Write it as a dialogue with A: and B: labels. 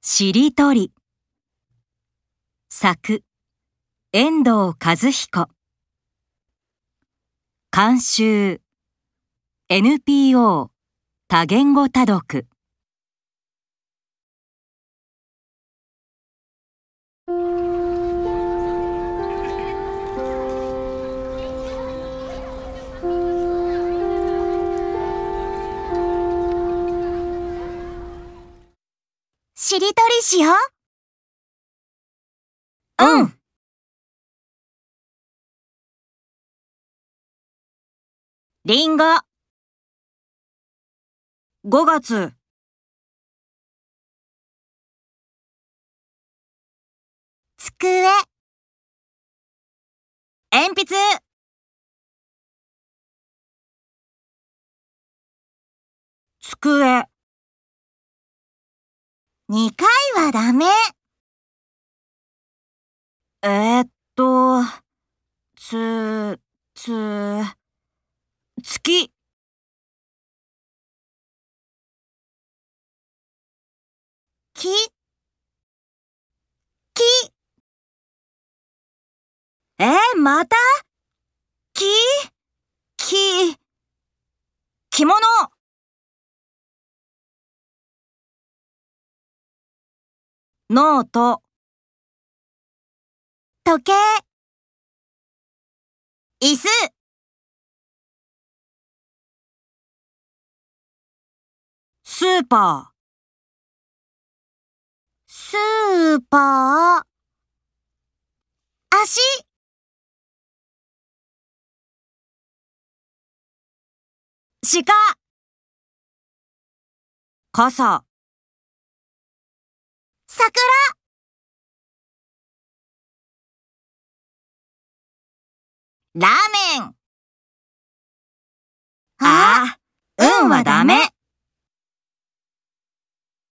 A: しりとり。作、遠藤和彦。監修、NPO 多言語多読。
B: しりとりしよう。
A: うん。りんご。5月。
B: 机、
A: 鉛筆。机、
B: 2回はダメ。
A: えー、っと、つ、つ、月。
B: 木、木、
A: えー、またき、き、着物ノート、
B: 時計、椅子、
A: スーパ
B: スーパー、足、
A: ー、鹿、傘、
B: 桜、
A: ラーメン。
B: あ、
A: あ、運はダメ。